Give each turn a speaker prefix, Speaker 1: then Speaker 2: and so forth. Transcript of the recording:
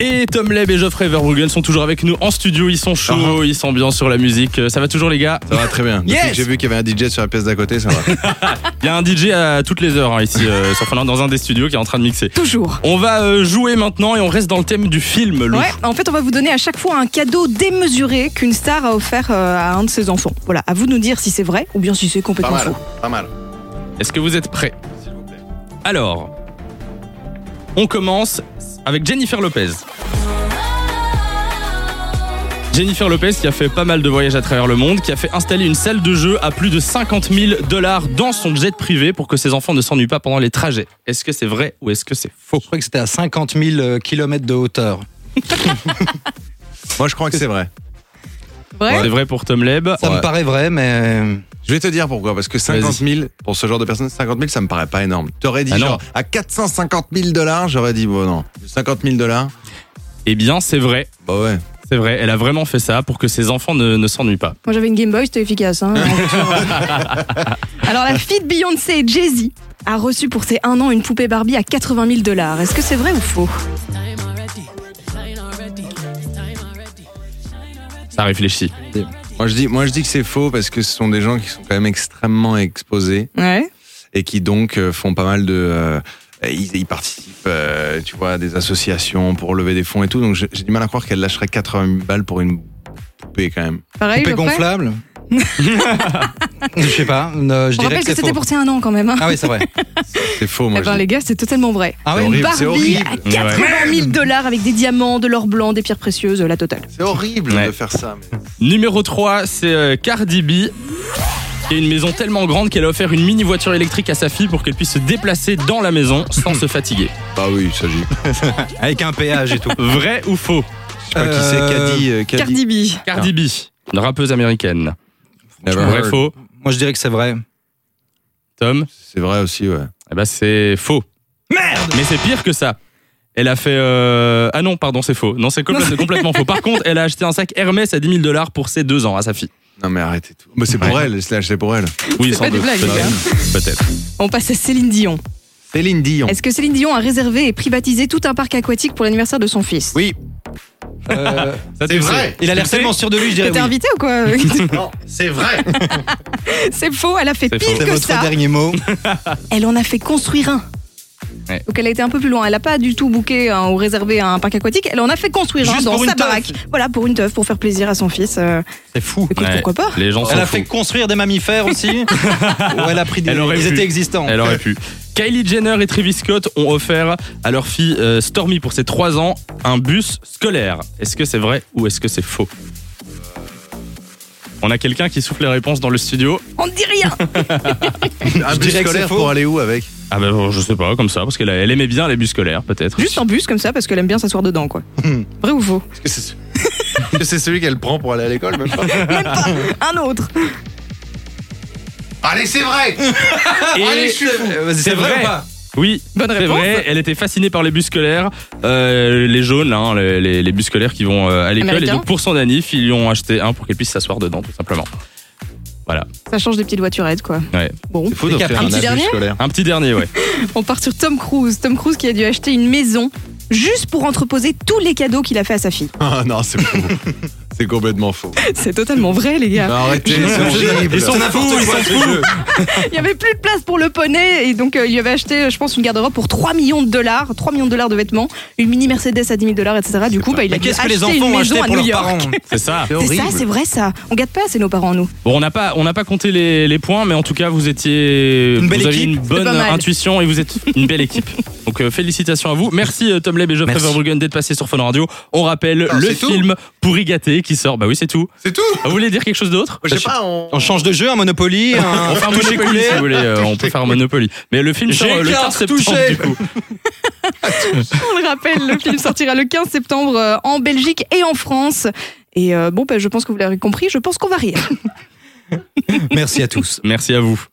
Speaker 1: Et Tom Leb et Geoffrey Verbruggen sont toujours avec nous en studio. Ils sont chauds, ils sont bien sur la musique. Euh, Ça va toujours, les gars
Speaker 2: Ça va très bien. Depuis
Speaker 1: Yes
Speaker 2: que j'ai vu qu'il y avait un DJ sur la pièce d'à côté, ça va.
Speaker 1: Il y a un DJ à toutes les heures hein, ici euh, sur Finlande dans un des studios qui est en train de mixer.
Speaker 3: Toujours.
Speaker 1: On va euh, jouer maintenant et on reste dans le thème du film. Lou.
Speaker 3: Ouais, en fait, on va vous donner à chaque fois un cadeau démesuré qu'une star a offert euh, à un de ses enfants. Voilà, à vous de nous dire si c'est vrai ou bien si c'est
Speaker 2: Pas
Speaker 3: complètement
Speaker 2: mal.
Speaker 3: faux.
Speaker 2: Pas mal.
Speaker 1: Est-ce que vous êtes prêts Alors, on commence avec Jennifer Lopez. Jennifer Lopez qui a fait pas mal de voyages à travers le monde, qui a fait installer une salle de jeu à plus de 50 000 dollars dans son jet privé pour que ses enfants ne s'ennuient pas pendant les trajets. Est-ce que c'est vrai ou est-ce que c'est faux
Speaker 4: Je crois que c'était à 50 000 km de hauteur.
Speaker 2: Moi, je crois que c'est vrai.
Speaker 3: Vrai
Speaker 1: C'est vrai pour Tom Leb.
Speaker 4: Ça
Speaker 2: Ouais.
Speaker 4: me paraît vrai,
Speaker 3: Ah,
Speaker 4: mais
Speaker 2: Je vais te dire pourquoi. Parce que 50 000, pour ce genre de personnes, 50 000, ça me paraît pas énorme. T'aurais dit
Speaker 1: Ah non.
Speaker 2: genre, à 450 000 dollars, j'aurais dit, bon, non. 50 000 dollars,
Speaker 1: Eh bien, c'est vrai.
Speaker 2: bah ouais.
Speaker 1: C'est vrai, elle a vraiment fait ça pour que ses enfants ne, ne s'ennuient pas.
Speaker 3: Moi, j'avais une Game Boy, c'était efficace. hein. Alors, la fille de Beyoncé, Jay-Z, a reçu pour ses 1 an une poupée Barbie à 80 000 dollars. Est-ce que c'est vrai ou faux
Speaker 1: Ça réfléchit.
Speaker 2: Moi, je dis, moi, je dis que c'est faux parce que ce sont des gens qui sont quand même extrêmement exposés
Speaker 3: Ouais.
Speaker 2: et qui donc euh, font pas mal de. euh, ils, ils participent, euh, tu vois, à des associations pour lever des fonds et tout. Donc, j'ai j'ai du mal à croire qu'elle lâcherait 80 000 balles pour une poupée quand même.
Speaker 3: Pareil,
Speaker 4: coupé
Speaker 3: Geoffrey
Speaker 4: gonflable. je sais pas. euh, je
Speaker 3: On
Speaker 4: dirais
Speaker 3: rappelle
Speaker 4: que
Speaker 3: que
Speaker 4: c'est
Speaker 3: c'était
Speaker 4: faux.
Speaker 3: pour ses 1 an quand même. hein.
Speaker 4: Ah oui, c'est vrai.
Speaker 2: C'est faux, moi.
Speaker 3: Eh ben,
Speaker 2: je dis.
Speaker 3: les gars, c'est totalement vrai.
Speaker 4: Ah
Speaker 2: C'est
Speaker 4: oui.
Speaker 2: horrible, c'est
Speaker 3: Barbie
Speaker 2: horrible.
Speaker 3: à 80 000 dollars avec des diamants, de l'or blanc, des pierres précieuses, la totale.
Speaker 2: C'est horrible
Speaker 1: Ouais.
Speaker 2: de faire ça. mais-
Speaker 1: Numéro 3, c'est euh, Cardi B. qui a une maison tellement grande qu'elle a offert une mini voiture électrique à sa fille pour qu'elle puisse se déplacer dans la maison sans se fatiguer.
Speaker 2: Bah oui, il s'agit.
Speaker 4: Avec un péage et tout.
Speaker 1: Vrai ou faux
Speaker 2: Je sais pas qui c'est,
Speaker 4: Euh,
Speaker 2: Caddy. euh, Caddy.
Speaker 3: Cardi B.
Speaker 1: Cardi B, une rappeuse américaine.
Speaker 2: Never
Speaker 1: Vrai
Speaker 2: heard.
Speaker 1: faux
Speaker 4: Moi, je dirais que c'est vrai.
Speaker 1: Tom
Speaker 2: C'est vrai aussi, ouais.
Speaker 1: Eh ben c'est faux. Merde Mais c'est pire que ça. Elle a fait... euh, Ah non, pardon, c'est faux. Non, c'est compl-
Speaker 3: Non, c'est-
Speaker 1: complètement faux. Par contre, elle a acheté un sac Hermès à 10 000 dollars pour ses deux ans à sa fille.
Speaker 2: Non mais arrêtez tout. Bah, c'est pour
Speaker 1: Ouais.
Speaker 2: elle, slash, c'est pour elle.
Speaker 1: Oui,
Speaker 3: C'est
Speaker 1: sans
Speaker 3: pas des
Speaker 1: doute.
Speaker 3: blagues, les gars.
Speaker 1: Peut-être. Peut-être.
Speaker 3: On passe à Céline Dion.
Speaker 2: Céline Dion.
Speaker 3: Est-ce que Céline Dion a réservé et privatisé tout un parc aquatique pour l'anniversaire de son fils
Speaker 2: Oui.
Speaker 4: Euh,
Speaker 1: Ça, tu le sais.
Speaker 4: Il a
Speaker 1: Tu
Speaker 4: l'air
Speaker 1: le sais
Speaker 4: tellement sûr de lui, je dirais.
Speaker 3: T'étais
Speaker 4: oui.
Speaker 3: invité ou quoi euh
Speaker 2: Non, c'est vrai.
Speaker 3: C'est faux, elle a fait
Speaker 1: C'est
Speaker 3: pire
Speaker 1: faux.
Speaker 4: C'est
Speaker 3: que
Speaker 4: votre
Speaker 3: ça.
Speaker 4: dernier mot.
Speaker 3: Elle en a fait construire un.
Speaker 1: Ouais.
Speaker 3: Donc elle a été un peu plus loin. Elle n'a pas du tout booké hein, ou réservé un parc aquatique. Elle en a fait construire
Speaker 4: Juste
Speaker 3: un dans
Speaker 4: pour une
Speaker 3: sa
Speaker 4: teuf.
Speaker 3: baraque. Voilà, pour une teuf, pour faire plaisir à son fils. Euh,
Speaker 4: C'est fou.
Speaker 3: écoute,
Speaker 1: Ouais.
Speaker 3: pourquoi pas
Speaker 1: Les gens sont
Speaker 4: Elle a
Speaker 1: fous.
Speaker 4: fait construire des mammifères aussi. Ou elle a pris des.
Speaker 1: Elle aurait
Speaker 4: Ils
Speaker 1: pu.
Speaker 4: étaient existants.
Speaker 1: Elle aurait pu. Kylie Jenner et Travis Scott ont offert à leur fille euh, Stormy pour ses 3 ans un bus scolaire. Est-ce que c'est vrai ou est-ce que c'est faux On a quelqu'un qui souffle les réponses dans le studio.
Speaker 3: On ne dit rien
Speaker 2: Un
Speaker 4: Je
Speaker 2: bus
Speaker 4: dirais que
Speaker 2: Ah, scolaire
Speaker 4: c'est faux.
Speaker 2: pour aller où avec
Speaker 1: Ah ben bon, je sais pas, comme ça, parce qu'elle a- elle aimait bien les bus scolaires peut-être.
Speaker 3: Juste en bus comme ça parce qu'elle aime bien s'asseoir dedans quoi.
Speaker 4: Hmm.
Speaker 3: Vrai ou faux
Speaker 2: Est-ce que c'est est-ce que c'est celui qu'elle prend pour aller à l'école même pas
Speaker 3: Un autre
Speaker 2: Allez, c'est vrai.
Speaker 1: Et-
Speaker 2: Allez, je suis fou.
Speaker 4: Euh, vas-y,
Speaker 1: C'est
Speaker 4: C'est vrai
Speaker 1: vrai.
Speaker 4: ou pas
Speaker 1: Oui,
Speaker 3: Bonne
Speaker 1: c'est
Speaker 3: réponse.
Speaker 1: vrai, elle était fascinée par les bus scolaires, euh, les jaunes, là, hein, les, les- les bus scolaires qui vont euh, à l'école. Et
Speaker 3: Américains.
Speaker 1: donc pour son anif, ils lui ont acheté un pour qu'elle puisse s'asseoir dedans, tout simplement.
Speaker 3: Ça change des petites voiturettes quoi.
Speaker 1: Ouais.
Speaker 3: Bon.
Speaker 2: C'est faux
Speaker 4: d'offrir
Speaker 2: d'offrir
Speaker 3: un
Speaker 2: un,
Speaker 3: petit
Speaker 2: un
Speaker 3: dernier
Speaker 2: bus scolaire.
Speaker 1: Un petit dernier, ouais.
Speaker 3: On part sur Tom Cruise. Tom Cruise qui a dû acheter une maison juste pour entreposer tous les cadeaux qu'il a fait à sa fille.
Speaker 2: Ah non, c'est faux. C'est complètement faux.
Speaker 3: C'est totalement vrai, les
Speaker 2: Mais
Speaker 4: Ah.
Speaker 3: gars.
Speaker 2: arrêtez, c'est horrible.
Speaker 1: Ils sont
Speaker 2: C'est n'importe
Speaker 1: fous,
Speaker 2: quoi,
Speaker 1: ils sont
Speaker 2: ce jeu.
Speaker 3: Il n'y avait plus de place pour le poney et donc euh, il lui avait acheté, je pense, une garde-robe pour 3 millions de dollars, 3 millions de dollars de vêtements, une mini Mercedes à 10 000 dollars, etc. Du coup, bah, il a
Speaker 4: Mais
Speaker 3: dû
Speaker 4: qu'est-ce que
Speaker 3: acheter
Speaker 4: les
Speaker 3: une
Speaker 4: enfants
Speaker 3: maison
Speaker 4: ont acheté
Speaker 3: à
Speaker 4: pour
Speaker 3: New
Speaker 4: leurs
Speaker 3: York.
Speaker 4: parents
Speaker 1: C'est ça.
Speaker 2: C'est
Speaker 3: C'est ça,
Speaker 2: horrible.
Speaker 3: c'est vrai ça. On gâte pas assez nos parents, nous.
Speaker 1: Bon, on n'a pas, on n'a pas compté les, les points, mais en tout cas, vous étiez,
Speaker 4: Une belle
Speaker 1: vous aviez
Speaker 4: équipe.
Speaker 1: une bonne
Speaker 3: pas mal.
Speaker 1: intuition et vous êtes une belle équipe. Donc euh, félicitations à vous. Merci euh, Tom Leb et Geoffrey
Speaker 4: Merci.
Speaker 1: Verbruggen d'être passés sur Fun Radio. On rappelle
Speaker 2: Ah,
Speaker 1: le
Speaker 2: c'est tout
Speaker 1: film Pourri gâté qui sort. Bah oui, c'est tout.
Speaker 2: C'est tout.
Speaker 1: Vous voulez dire quelque chose d'autre
Speaker 2: Bah, Je sais pas, on...
Speaker 4: On change de jeu, un Monopoly, un
Speaker 1: On fait un
Speaker 4: toucher
Speaker 1: Monopoly,
Speaker 4: coulé.
Speaker 1: si vous voulez, euh, on peut faire un Monopoly. Mais le film sort
Speaker 4: J'ai
Speaker 1: euh, le 15
Speaker 4: quatre
Speaker 1: septembre
Speaker 4: touchés.
Speaker 1: du coup.
Speaker 3: On le rappelle, le film sortira le 15 septembre euh, en Belgique et en France. Et euh, bon, bah, je pense que vous l'avez compris, je pense qu'on va rire.
Speaker 4: Merci à tous.
Speaker 1: Merci à vous.